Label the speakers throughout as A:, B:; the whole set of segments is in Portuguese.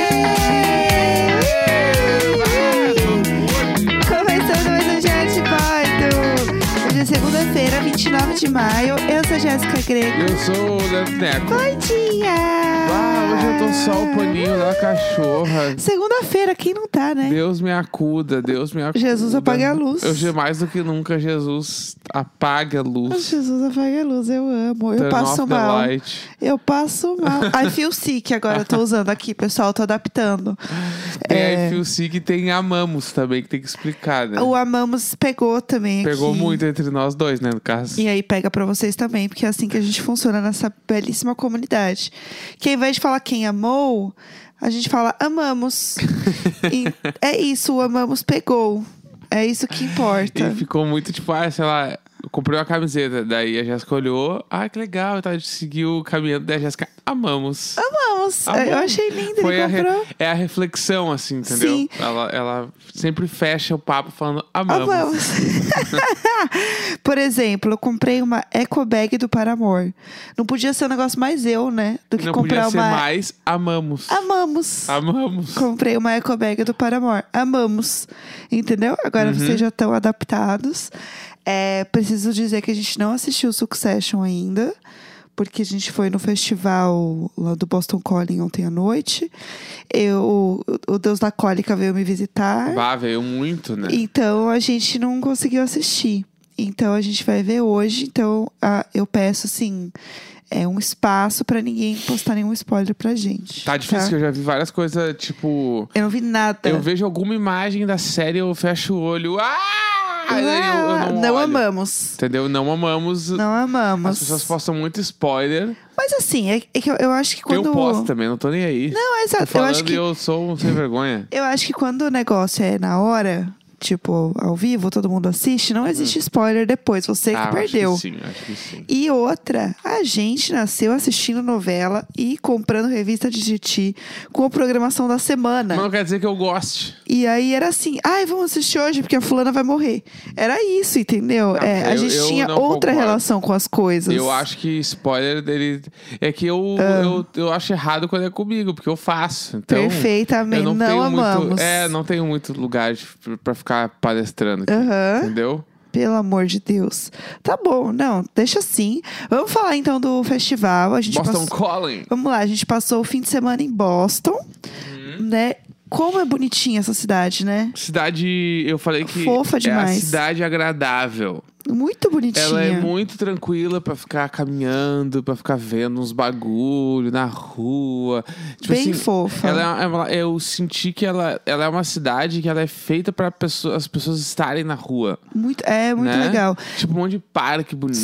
A: um é Segunda-feira, 29 de maio. Eu sou a Jéssica Grego.
B: Eu sou o Leandro Neco.
A: Bom dia!
B: Ah, hoje eu tô só o paninho da cachorra.
A: Segunda-feira, quem não tá, né?
B: Deus me acuda, Deus me acuda.
A: Jesus apaga a luz.
B: Hoje, mais do que nunca, Jesus apaga a
A: Ah,
B: luz.
A: Jesus apaga a luz, eu amo. Eu
B: Turn
A: passo
B: off the
A: mal.
B: light.
A: Eu passo mal. I feel sick agora, eu tô usando aqui, pessoal, tô adaptando.
B: Tem
A: É.
B: a IFUSIC e tem Amamos também, que tem que explicar, né?
A: O Amamos pegou também
B: Pegou
A: aqui.
B: muito entre nós dois, né, no caso.
A: E aí pega pra vocês também, porque é assim que a gente funciona nessa belíssima comunidade. Que ao invés de falar quem amou, a gente fala amamos. E é isso, o amamos pegou. É isso que
B: E
A: importa.
B: ficou muito tipo, ah, sei lá, eu comprei uma camiseta. Daí a Jéssica olhou, ah, que legal, tá, a gente seguiu o caminho da Jéssica. Amamos. Amamos.
A: Amamos. É, Eu achei lindo,
B: Foi
A: ele
B: a re-
A: comprou.
B: É a reflexão, assim, entendeu?
A: Sim.
B: Ela, ela sempre fecha o papo falando amamos.
A: Amamos. Por exemplo, eu comprei uma eco bag do Paramor. Não podia ser um negócio mais eu, né? Do que
B: Não
A: comprar
B: podia ser
A: uma.
B: mais, amamos.
A: Amamos.
B: Amamos.
A: Comprei uma eco bag do Paramore. Amamos. Entendeu? Agora
B: Uhum.
A: vocês já estão adaptados. É, preciso dizer que a gente não assistiu o Succession ainda. Porque a gente foi no festival lá do Boston Calling ontem à noite. Eu, o, o Deus da Cólica veio me visitar.
B: Bah, veio muito, né?
A: Então a gente não conseguiu assistir. Então a gente vai ver hoje. Então a- eu peço, assim, é, um espaço pra ninguém postar nenhum spoiler pra gente.
B: Tá difícil, que
A: tá?
B: eu já vi várias coisas, tipo...
A: Eu não vi nada.
B: Eu vejo alguma imagem da série, eu fecho o olho. Ah! Aí eu- eu não olho.
A: amamos.
B: Entendeu? Não amamos.
A: Não
B: As
A: amamos.
B: pessoas postam muito spoiler.
A: Mas assim, é, é que eu, eu acho que quando.
B: Eu posto também, não tô nem aí.
A: Não, é
B: um tô
A: exato. Eu
B: falando
A: acho,
B: e
A: que,
B: eu sou um sem vergonha.
A: eu acho que quando o negócio é na hora, tipo, ao vivo, todo mundo assiste, não existe spoiler depois. Você
B: Uhum. ah,
A: que
B: eu
A: perdeu.
B: Acho que sim, acho que sim.
A: E outra, a gente nasceu assistindo novela e comprando revista de Titi com a programação da semana.
B: Mas não quer dizer que eu goste.
A: E aí era assim, ai, vamos assistir hoje porque a fulana vai morrer. Era isso, entendeu? É, a
B: eu-
A: gente
B: eu
A: tinha
B: não
A: outra
B: concordo.
A: relação com as coisas.
B: Eu acho que spoiler dele. É que eu, eu, eu acho errado quando é comigo, porque eu faço. Então,
A: Perfeitamente.
B: Eu não, tenho
A: amamos.
B: Muito, é, não tenho muito lugar de, pra ficar palestrando aqui.
A: Aham.
B: Entendeu?
A: Pelo amor de Deus. Tá bom, não, deixa assim. Vamos falar então do festival. A gente
B: Boston
A: passou...
B: Calling.
A: Vamos lá, a gente passou o fim de semana em Boston,
B: Uhum.
A: né? Como é bonitinha essa cidade, né?
B: Cidade, eu falei que é
A: Fofa
B: a
A: demais.
B: cidade agradável.
A: Muito bonitinha.
B: Ela é muito tranquila pra ficar caminhando, pra ficar vendo uns bagulho na rua. Tipo
A: Bem
B: assim,
A: fofa.
B: Ela é- ela- eu senti que ela, ela é uma cidade que ela é feita para pessoa, as pessoas estarem na rua.
A: Muito, é muito
B: né?
A: legal.
B: Tipo, um monte de parque bonito,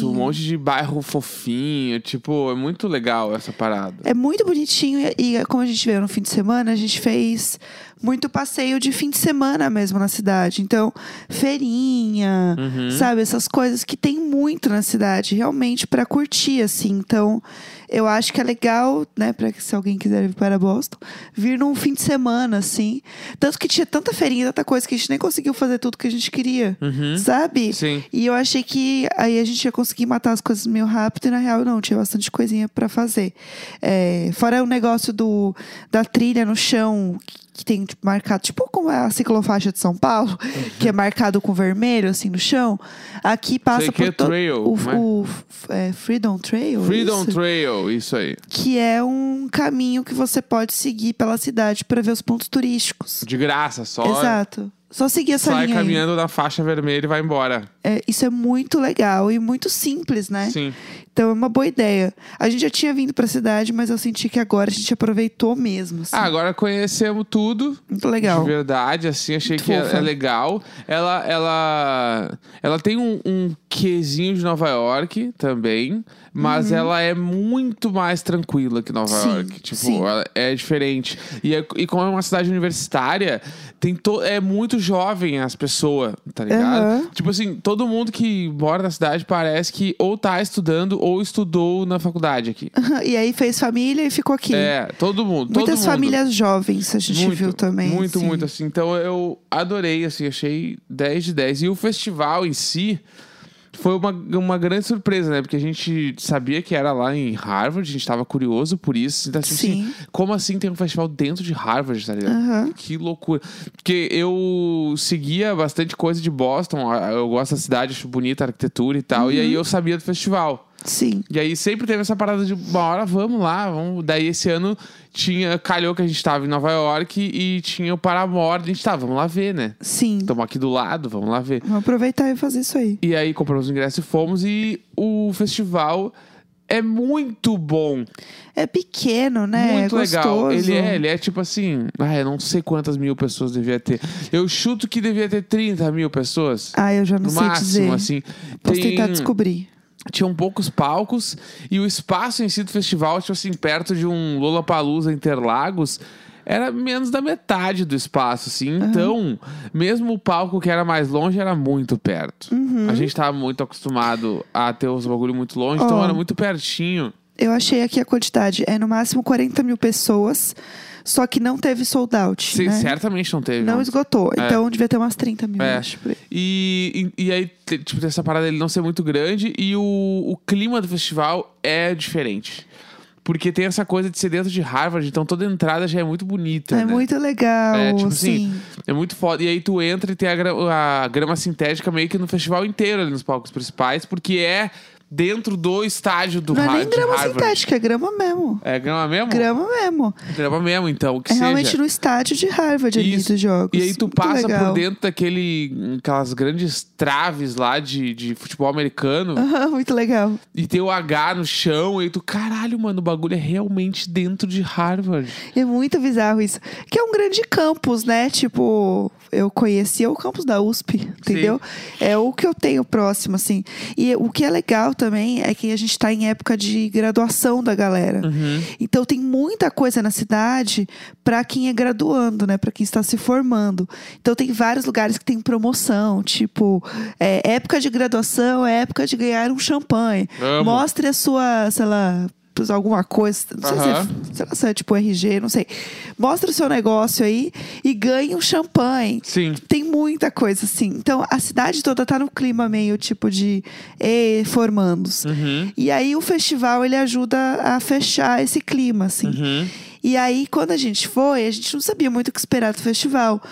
A: Sim.
B: um monte de bairro fofinho. Tipo, é muito legal essa parada.
A: É muito bonitinho e, e como a gente veio no fim de semana, a gente fez muito passeio de fim de semana mesmo na cidade. Então, feirinha, sabe, essas coisas que tem muito na cidade, realmente pra curtir assim. Então, eu acho que é legal, né, para se alguém quiser vir para Boston, vir num fim de semana assim. Tanto que tinha tanta feirinha, tanta coisa que a gente nem conseguiu fazer tudo que a gente queria. Sabe?
B: Sim.
A: E eu achei que aí a gente ia conseguir matar as coisas meio rápido e na real não, tinha bastante coisinha pra fazer. É, fora o negócio do da trilha no chão que- que tem tipo, marcado, tipo como é a ciclofaixa de São Paulo, que é marcado com vermelho assim no chão, aqui passa
B: Sei que
A: por
B: é
A: todo
B: trail,
A: o,
B: né?
A: o f- é, Freedom Trail,
B: Freedom
A: isso?
B: Trail, isso aí.
A: que é um caminho que você pode seguir pela cidade pra ver os pontos turísticos.
B: De graça só.
A: Exato. Só seguir essa
B: Sai
A: linha aí.
B: caminhando na faixa vermelha e vai embora.
A: É, isso é muito legal e muito simples, né?
B: Sim.
A: Então é uma boa ideia. A gente já tinha vindo pra cidade, mas eu senti que agora a gente aproveitou mesmo. assim.
B: Ah, agora conhecemos tudo.
A: muito legal.
B: De verdade, assim, achei
A: Muito
B: que é,
A: fofa.
B: é legal. Ela, ela, ela tem um, um quezinho de Nova York também, mas ela é muito mais tranquila que Nova
A: Uhum. Sim,
B: York. Tipo,
A: sim.
B: ela é diferente. E, é- e como é uma cidade universitária, tem to, é muito jovem as pessoas, tá ligado?
A: Aham.
B: Tipo assim, todo mundo que mora na cidade parece que ou tá estudando ou estudou na faculdade aqui.
A: E aí fez família e ficou aqui.
B: É, todo mundo.
A: Muitas
B: todo mundo.
A: famílias jovens a gente
B: Muito,
A: viu também.
B: Muito,
A: assim.
B: muito, assim. Então eu adorei, assim, achei 10 de 10. E o festival em si, foi uma, uma grande surpresa, né? Porque a gente sabia que era lá em Harvard, a gente tava curioso por isso. Então, assim,
A: Sim.
B: assim, como assim tem um festival dentro de Harvard, tá ligado?
A: Aham.
B: Que loucura. Porque eu seguia bastante coisa de Boston, a- eu gosto da cidade, acho bonita a arquitetura e tal. E
A: Uhum.
B: aí eu sabia do festival.
A: Sim.
B: E aí sempre teve essa parada de uma hora, vamos lá, vamos. Daí esse ano tinha, calhou que a gente tava em Nova York e tinha o Paramore. A gente tá, vamos lá ver, né?
A: Sim.
B: Estamos aqui do lado, vamos lá ver.
A: Vamos aproveitar e fazer isso aí.
B: E aí compramos o ingresso e fomos. E o festival é muito bom.
A: É pequeno, né?
B: muito
A: é
B: legal.
A: gostoso.
B: Ele é, ele é tipo assim. Ah, eu não sei quantas mil pessoas devia ter. Eu chuto que devia ter 30 mil pessoas.
A: Ah, eu já não
B: no
A: sei dizer.
B: máximo, assim.
A: Posso
B: Tem-
A: tentar descobrir.
B: tinham poucos palcos e o espaço em si do festival, tipo assim, perto de um Lollapalooza Interlagos, era menos da metade do espaço, assim. Então, mesmo o palco que era mais longe, era muito perto.
A: Uhum.
B: A gente tava muito acostumado a ter os bagulho muito longe, então
A: Ó.
B: era muito pertinho.
A: Eu achei aqui a quantidade. É no máximo 40 mil pessoas, só que não teve sold out.
B: Sim,
A: né?
B: Certamente não teve.
A: Não
B: não.
A: esgotou. Então devia ter umas 30 mil,
B: É.
A: eu acho. por aí.
B: E, e, e aí, te- tipo, tem essa parada dele não ser muito grande e o, o clima do festival é diferente. Porque tem essa coisa de ser dentro de Harvard, então toda entrada já é muito bonita.
A: É
B: né?
A: muito legal,
B: É, tipo assim,
A: sim.
B: é muito foda. E aí tu entra e tem a, gra- a grama sintética meio que no festival inteiro ali nos palcos principais, porque é dentro do estádio do
A: não é
B: Har-
A: nem
B: de
A: grama
B: Harvard.
A: sintética, é grama mesmo.
B: É grama mesmo?
A: Grama mesmo.
B: Grama mesmo, então, que
A: é
B: seja.
A: realmente no estádio de Harvard ali
B: Isso.
A: dos jogos.
B: E aí tu
A: Muito
B: passa
A: legal.
B: por dentro daquele, aquelas grandes traves lá de, de futebol americano
A: Aham, muito legal.
B: e tem o H no chão e aí tu, caralho, mano, o bagulho é realmente dentro de Harvard.
A: É muito bizarro isso. Que é um grande campus, né? Tipo, eu conhecia o campus da USP, entendeu? É o que eu tenho próximo, assim. E o que é legal também é que a gente tá em época de graduação da galera.
B: Uhum.
A: Então tem muita coisa na cidade pra quem é graduando, né? Pra quem está se formando. Então tem vários lugares que tem promoção, tipo, é, época de graduação é época de ganhar um champanhe.
B: Amo.
A: Mostre a sua, sei lá, alguma coisa. Não sei se é
B: Aham.
A: sei lá, se é tipo RG, não sei. Mostra o seu negócio aí e ganha um champanhe.
B: Sim.
A: Tem muita coisa assim. Então a cidade toda tá no clima meio tipo de "Ê, formandos.
B: Uhum.
A: E aí o festival ele ajuda a fechar esse clima assim.
B: Uhum.
A: E aí quando a gente foi, a gente não sabia muito o que esperar do festival.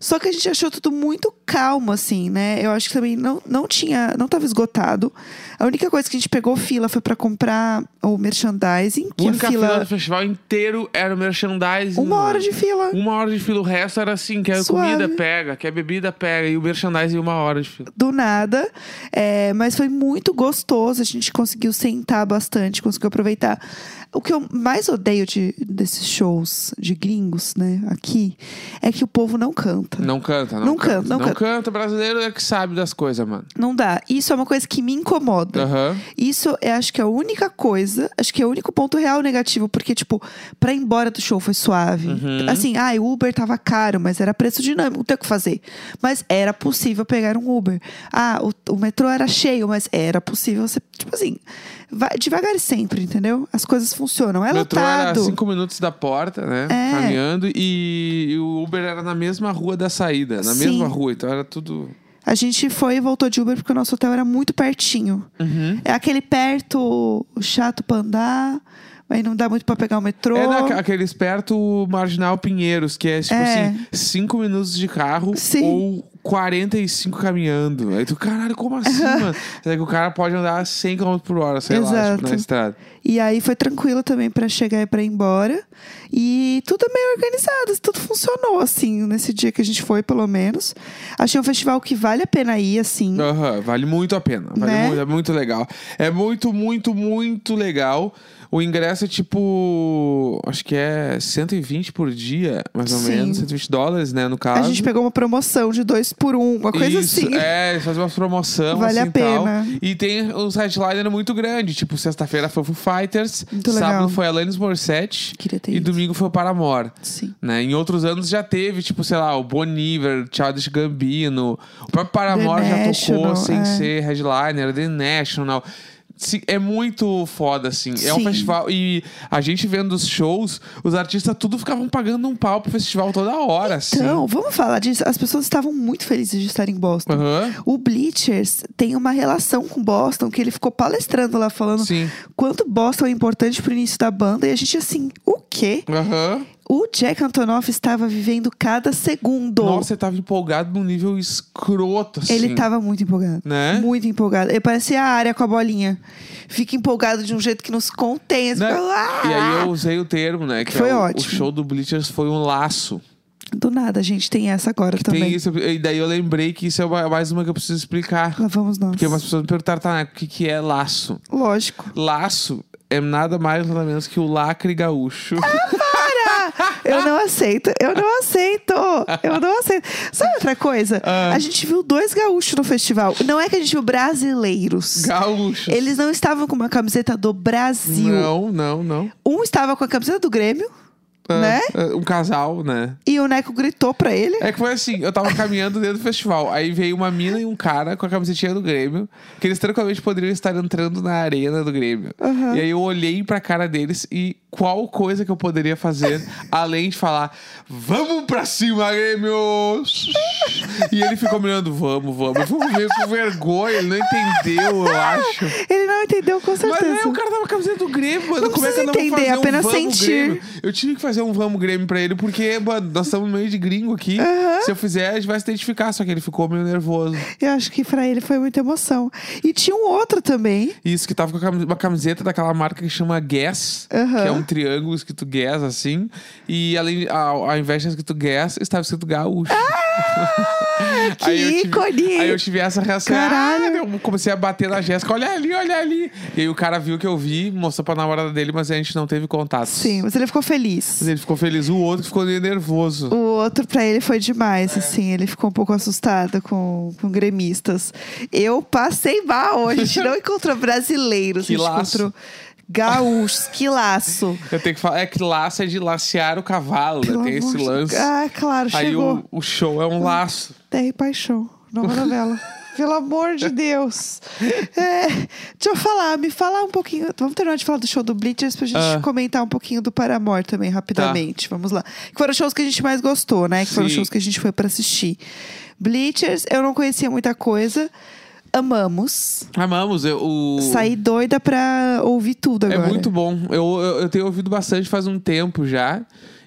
A: Só que a gente achou tudo muito calmo, assim, né? Eu acho que também não, não tinha, não tava esgotado. A única coisa que a gente pegou fila foi para comprar o merchandising,
B: A
A: que a
B: única fila...
A: fila
B: do festival inteiro era o merchandising.
A: uma
B: mano.
A: hora de fila.
B: Uma hora de fila, o resto era assim, quer
A: Suave.
B: comida, pega, quer bebida, pega. E o merchandising, uma hora de fila.
A: Do nada. É, mas foi muito gostoso. A gente conseguiu sentar bastante, conseguiu aproveitar. O que eu mais odeio de, desses shows de gringos, né, aqui, é que o povo não canta.
B: Não canta, não,
A: Não
B: canta.
A: canta, não
B: canta. brasileiro é que sabe das coisas, mano.
A: Não dá. Isso é uma coisa que me incomoda.
B: Aham.
A: Isso é, acho que é a única coisa, acho que é o único ponto real negativo, porque, tipo, pra ir embora do show foi suave.
B: Uhum.
A: Assim, ah, o Uber tava caro, mas era preço dinâmico, não tem o que fazer. Mas era possível pegar um Uber. Ah, o, o metrô era cheio, mas era possível você, tipo assim, vai devagar e sempre, entendeu? As coisas funcionam. É
B: O metrô era
A: lotado.
B: cinco minutos da porta, né?
A: É.
B: Caminhando. E, e o Uber era na mesma rua da saída. Na
A: Sim.
B: mesma rua. Então era tudo.
A: A gente foi e voltou de Uber porque o nosso hotel era muito pertinho.
B: Uhum.
A: É aquele perto chato pra andar, mas não dá muito pra pegar o metrô.
B: É daquele esperto Marginal Pinheiros, que é tipo
A: É.
B: assim, cinco minutos de carro
A: Sim.
B: ou 45 caminhando. Aí tu, caralho, como assim, mano? É que o cara pode andar 100 km por hora, sei lá, tipo,
A: Exato.
B: na estrada.
A: E aí foi tranquilo também pra chegar e pra ir embora. E tudo meio organizado, tudo funcionou, assim, nesse dia que a gente foi, pelo menos. Achei um festival que vale a pena ir, assim.
B: Aham, vale muito a pena. Vale
A: Né?
B: muito, é muito legal. É muito, muito, muito legal. O ingresso é tipo. Acho que é 120 por dia, mais ou
A: Sim.
B: menos. 120 dólares, né? No
A: A
B: caso.
A: gente pegou uma promoção de dois por um, uma coisa
B: Isso,
A: assim.
B: É, eles fazem umas promoções.
A: Vale a
B: assim, tal.
A: pena.
B: E tem uns headliner muito grande. Tipo, sexta-feira foi o Foo Fighters.
A: Muito legal.
B: Sábado foi a Alanis Morissette.
A: Queria ter
B: E
A: ido.
B: domingo foi o Paramore.
A: Sim.
B: Né? Em outros anos já teve, tipo, sei lá, o Boniver, Childish Gambino, o próprio Paramore
A: The
B: já tocou
A: National,
B: sem
A: é.
B: ser headliner, The National. se- é muito foda, assim. É um
A: Sim.
B: festival. E a gente vendo os shows, os artistas tudo ficavam pagando um pau pro festival toda hora, assim.
A: Então, vamos falar disso. As pessoas estavam muito felizes de estar em Boston.
B: Aham.
A: O Bleachers tem uma relação com Boston, que ele ficou palestrando lá falando
B: Sim.
A: quanto Boston é importante pro início da banda. E a gente assim, o quê?
B: Aham.
A: O Jack Antonoff estava vivendo cada segundo.
B: Nossa, você tava empolgado num nível escroto, assim.
A: Ele tava muito empolgado.
B: Né?
A: Muito empolgado. Ele parecia a área com a bolinha. Fica empolgado de um jeito que nos contém. Você
B: Né?
A: fala, "Ah!"
B: E aí eu usei o termo, né? Que
A: Foi
B: é o,
A: ótimo.
B: O show do Bleachers foi um laço.
A: Do nada, gente, tem essa agora também.
B: Tem isso, e daí eu lembrei que isso é uma- mais uma que eu preciso explicar.
A: Lá vamos nós.
B: Porque umas pessoas me perguntaram, tá, o que, que é laço?
A: Lógico.
B: Laço é nada mais nada menos que o lacre gaúcho. Ah!
A: Eu não aceito. Eu não aceito. Eu não aceito. Sabe outra coisa?
B: Ah.
A: A gente viu dois gaúchos no festival. Não é que a gente viu brasileiros.
B: gaúcho.
A: Eles não estavam com uma camiseta do Brasil.
B: Não, não, não.
A: Um estava com a camiseta do Grêmio,
B: Ah,
A: né?
B: ah, Um casal, né?
A: E o Neco gritou pra ele.
B: É que foi assim, eu tava caminhando dentro do festival, aí veio uma mina e um cara com a camisetinha do Grêmio, que eles tranquilamente poderiam estar entrando na arena do Grêmio.
A: Aham.
B: E aí eu olhei pra cara deles e qual coisa que eu poderia fazer, além de falar, vamos pra cima, Grêmio! e ele ficou me olhando, vamos, vamos. Eu fui meio com vergonha, ele não entendeu, eu acho.
A: Ele não entendeu, com
B: Mas é
A: certeza.
B: aí o cara tava com a camiseta do Grêmio, mano.
A: Não
B: Como é que eu
A: precisa
B: não vou
A: entender,
B: fazer um
A: apenas
B: vamos
A: sentir.
B: Grêmio? Eu tive que fazer um vamos Grêmio pra ele, porque, mano, nós estamos meio de gringo aqui. Se eu fizer, a gente vai se identificar, só que ele ficou meio nervoso.
A: Eu acho que pra ele foi muita emoção. E tinha um outro também.
B: Isso, que tava com a cami- uma camiseta daquela marca que chama Guess,
A: Aham.
B: que é um triângulo escrito Guess, assim. E além, ao, ao invés de estar escrito Guess, estava escrito Gaúcho.
A: Que
B: Aí eu tive-
A: ícone!
B: Aí eu tive essa reação.
A: Caralho!
B: Ah, eu comecei a bater na Jéssica. Olha ali, olha ali. E aí o cara viu que eu vi, mostrou pra namorada dele, mas a gente não teve contato.
A: Sim, mas ele ficou
B: Mas
A: feliz.
B: Ele ficou feliz, o outro ficou meio nervoso.
A: O outro, pra ele, foi demais,
B: É.
A: assim. Ele ficou um pouco assustado com, com gremistas. Eu passei mal. A gente não encontrou brasileiros.
B: Que
A: a gente
B: laço.
A: encontrou gaúchos. Que laço.
B: Eu tenho que falar, é que laço é de lacear o cavalo, né?
A: Pelo
B: tem
A: amor
B: esse
A: de-
B: lance.
A: Ah, claro,
B: Aí
A: chegou.
B: o, o show é um laço.
A: Terra e Paixão, nova novela. Pelo amor de Deus. É, deixa eu falar, me fala um pouquinho. Vamos terminar de falar do show do Bleachers pra gente
B: Ah. Tá.
A: comentar um pouquinho do Paramore também, rapidamente. Vamos lá. Que foram os shows que a gente mais gostou, né? Que foram os
B: Sim.
A: shows que a gente foi pra assistir. Bleachers, eu não conhecia muita coisa. Amamos.
B: Amamos, eu, o.
A: Saí doida pra ouvir tudo
B: Uh. é
A: agora.
B: muito bom. Eu, eu, eu tenho ouvido bastante faz um tempo já.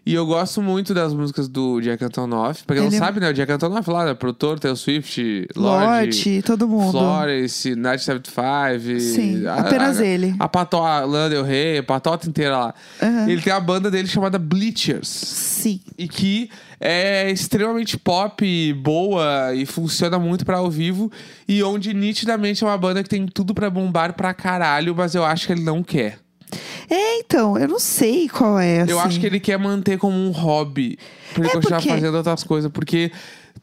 B: E eu gosto muito das músicas do Jack Antonoff. Pra quem
A: Ele
B: não
A: é-
B: sabe, né? O Jack Antonoff lá, né? Produtor, Taylor Swift, Lorde,
A: Lorde, todo mundo.
B: Florence, Night 75.
A: Sim, apenas ele.
B: A patota, Lana Del Rey, a patota inteira lá.
A: Aham.
B: Ele tem a banda dele chamada Bleachers.
A: Sim.
B: e que é extremamente pop, boa e funciona muito pra ao vivo e onde nitidamente é uma banda que tem tudo pra bombar pra caralho, mas eu acho que ele não quer.
A: É, então, eu não sei qual é.
B: Eu
A: assim.
B: acho que ele quer manter como um hobby pra ele
A: É
B: continuar
A: porque-
B: fazendo outras coisas, porque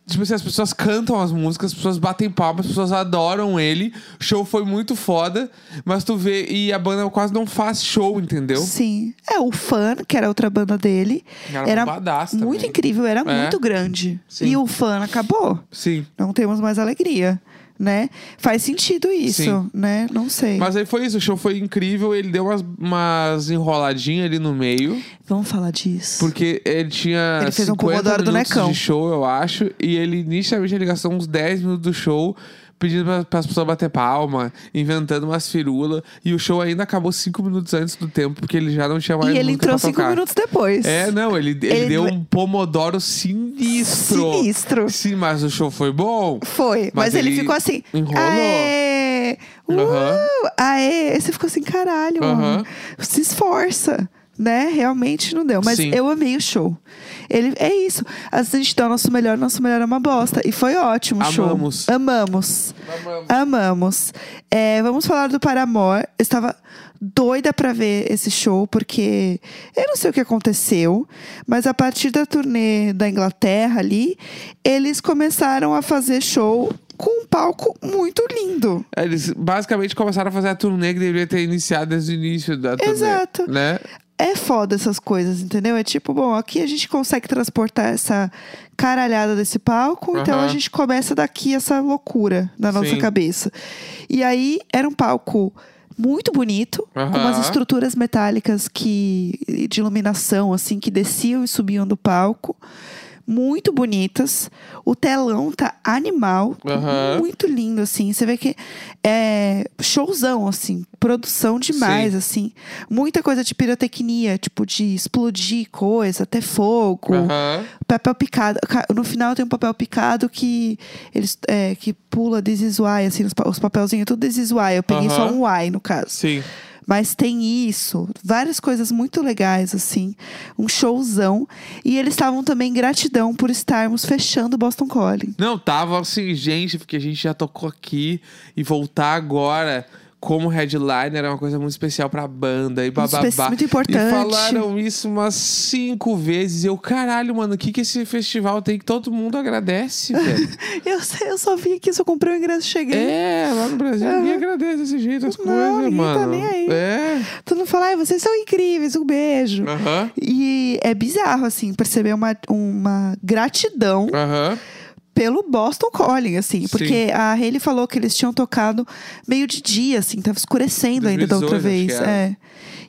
B: tipo assim, as pessoas cantam as músicas, as pessoas batem palmas, as pessoas adoram ele. O show foi muito foda, mas tu vê e a banda quase não faz show, entendeu?
A: Sim. É, o Fun, que era outra banda dele.
B: Era bombadaço também.
A: muito incrível, era
B: É.
A: muito grande.
B: Sim.
A: E o Fun acabou.
B: Sim.
A: Não temos mais alegria, né? Faz sentido isso,
B: Sim.
A: né? Não sei.
B: Mas aí foi isso, o show foi incrível, ele deu umas, umas enroladinhas ali no meio,
A: Vamos falar disso.
B: porque ele tinha
A: Ele fez um
B: 50
A: Pomodoro do
B: minutos
A: Necão.
B: de show, eu acho, e ele inicialmente ele gastou uns 10 minutos do show pedindo para as pessoas bater palma, inventando umas firulas, e o show ainda acabou 5 minutos antes do tempo, porque ele já não tinha mais
A: e ele
B: música pra
A: entrou cinco
B: tocar.
A: minutos depois.
B: É, não, ele, ele,
A: Ele
B: deu
A: deu-
B: um pomodoro sinistro.
A: Sinistro.
B: Sim, mas o show foi bom.
A: Foi.
B: Mas
A: Mas, ele,
B: ele
A: ficou assim.
B: enrolou.
A: Aê! Uh,
B: Aham.
A: Aê! Aí Você ficou assim, caralho,
B: Aham.
A: mano. Se esforça. Né? Realmente não deu. Mas
B: Sim.
A: eu amei o show. Ele, é isso. Às vezes a gente dá o nosso melhor, o nosso melhor é uma bosta. E foi ótimo o
B: Amamos.
A: show. Amamos.
B: Amamos.
A: Ah. Amamos. É, vamos falar do Paramore. Eu estava doida pra ver esse show, porque eu não sei o que aconteceu, mas a partir da turnê da Inglaterra ali, eles começaram a fazer show com um palco muito lindo.
B: Eles basicamente começaram a fazer a turnê que deveria ter iniciado desde o início da turnê.
A: Exato.
B: Né?
A: É foda essas coisas, entendeu? É tipo, bom, aqui a gente consegue transportar essa caralhada desse palco, então
B: Aham.
A: a gente começa daqui essa loucura na nossa
B: Sim.
A: cabeça. E aí era um palco muito bonito,
B: Aham.
A: com umas estruturas metálicas que de iluminação assim que desciam e subiam do palco. Muito bonitas. O telão tá animal.
B: Aham.
A: Muito lindo, assim. Você vê que é showzão, assim. Produção demais, assim. Muita coisa de pirotecnia, tipo, de explodir coisa, até fogo.
B: Aham.
A: Papel picado. Ca- No final tem um papel picado que eles é, que pula desisuai, assim, os, pa- os papelzinhos, tudo desisuai. Eu peguei só
B: Aham.
A: um uai, no caso.
B: Sim.
A: Mas tem isso, várias coisas muito legais, assim. Um showzão. E eles estavam também gratidão por estarmos fechando o Boston College.
B: Não, tava assim, gente, porque a gente já tocou aqui e voltar agora como headliner é uma coisa muito especial pra banda e bababá.
A: espe- muito importante.
B: E falaram isso umas cinco vezes. E eu, caralho, mano, o que, que esse festival tem que todo mundo agradece, velho?
A: Eu, sei, eu só vim aqui, só comprei o ingresso e cheguei.
B: é, lá no Brasil ninguém agradece desse jeito as
A: Não,
B: coisas,
A: ninguém tá
B: mano.
A: nem aí.
B: É.
A: Todo mundo fala, ai, vocês são incríveis, um beijo.
B: Aham.
A: E é bizarro, assim, perceber uma, uma gratidão
B: Aham.
A: pelo Boston Calling, assim.
B: Sim.
A: Porque a Haley falou que eles tinham tocado meio de dia, assim. Tava escurecendo ainda da outra
B: 2018,
A: vez.
B: acho que era.
A: É.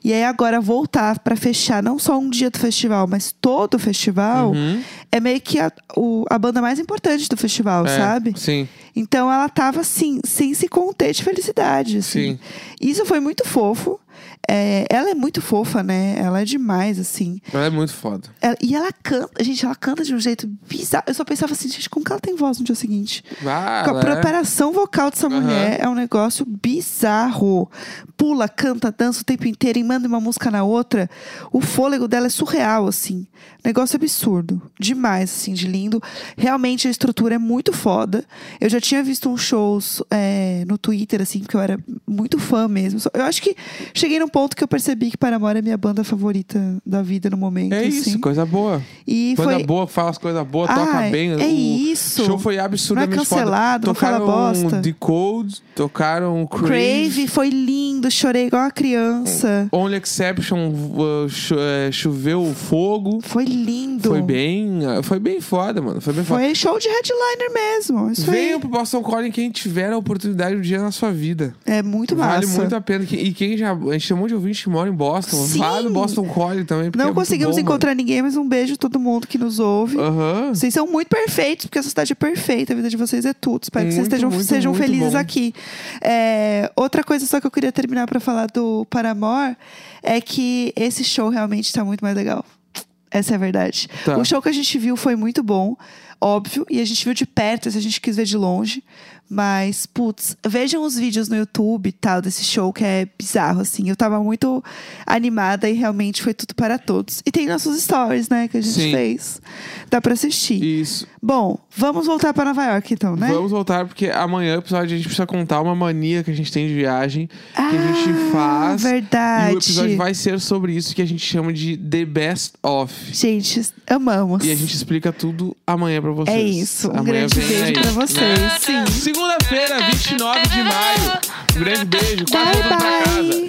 A: E aí agora voltar pra fechar não só um dia do festival, mas todo o festival.
B: Uhum.
A: É meio que a, o- a banda mais importante do festival,
B: É,
A: sabe?
B: Sim.
A: Então ela tava assim, sem se conter de felicidade.
B: Sim.
A: Assim. Isso foi muito fofo. É, ela é muito fofa, né? Ela é demais, assim.
B: Ela é muito foda.
A: Ela- e ela canta, gente, ela canta de um jeito bizarro. Eu só pensava assim, gente, como que ela tem voz no dia seguinte?
B: Ah,
A: Com
B: ela
A: a
B: é-
A: preparação vocal dessa
B: Aham.
A: mulher é um negócio bizarro. Pula, canta, dança o tempo inteiro e manda uma música na outra. O fôlego dela é surreal, assim. Negócio absurdo. Demais, assim, de lindo. Realmente a estrutura é muito foda. Eu já tinha visto uns shows é, no Twitter, assim, porque eu era muito fã mesmo. Só- Eu acho que cheguei num ponto que eu percebi que Paramore é minha banda favorita da vida no momento.
B: É
A: assim.
B: isso, coisa boa.
A: E
B: Coisa
A: foi.
B: boa, fala as coisas boas, toca
A: Ah,
B: bem.
A: É
B: o
A: isso.
B: show foi
A: Não é
B: absurdamente foda.
A: cancelado, não fala
B: Tocaram
A: bosta.
B: The Code, tocaram Crave.
A: Crave foi lindo, chorei igual uma criança.
B: Only Exception, uh, cho- é, choveu fogo.
A: Foi lindo.
B: Foi bem, uh, foi bem foda, mano. Foi bem foda.
A: Foi show de headliner mesmo. Isso
B: Venham
A: aí.
B: pro Boston College quem tiver a oportunidade um dia na sua vida.
A: É muito massa.
B: vale muito a pena. E quem já. A gente tem um monte de ouvinte que mora em Boston.
A: Sim.
B: Vá no Boston College também. porque é
A: Não
B: muito
A: conseguimos
B: bom,
A: encontrar ninguém, mas um beijo a todo mundo que nos ouve.
B: mano. Aham.
A: Vocês são muito perfeitos, porque a cidade é perfeita, a vida de vocês é tudo. Espero que vocês
B: Muito,
A: estejam,
B: muito,
A: sejam
B: muito
A: felizes
B: bom.
A: aqui. É, outra coisa só que eu queria terminar pra falar do Paramore é que esse show realmente tá muito mais legal. Essa é a verdade.
B: Tá.
A: O show que a gente viu foi muito bom, óbvio, e a gente viu de perto, se a gente quis ver de longe. Mas, putz, vejam os vídeos no YouTube e tal desse show que é bizarro, assim. Eu tava muito animada e realmente foi tudo para todos. E tem nossos stories, né, que a gente
B: Sim.
A: fez. Dá pra assistir.
B: Isso.
A: Bom, vamos voltar pra Nova York então, né?
B: Vamos voltar, porque amanhã, episódio, a gente precisa contar uma mania que a gente tem de viagem. que a gente
A: Ah,
B: faz.
A: Verdade.
B: E o episódio vai ser sobre isso que a gente chama de The Best Of.
A: Gente, amamos.
B: E a gente explica tudo amanhã pra vocês.
A: É isso. Um
B: amanhã
A: grande
B: vem
A: beijo
B: aí.
A: pra vocês. Sim.
B: Segunda-feira, 29 de maio. Um grande beijo. Quase
A: Bye,
B: voltando pra
A: bye.
B: casa.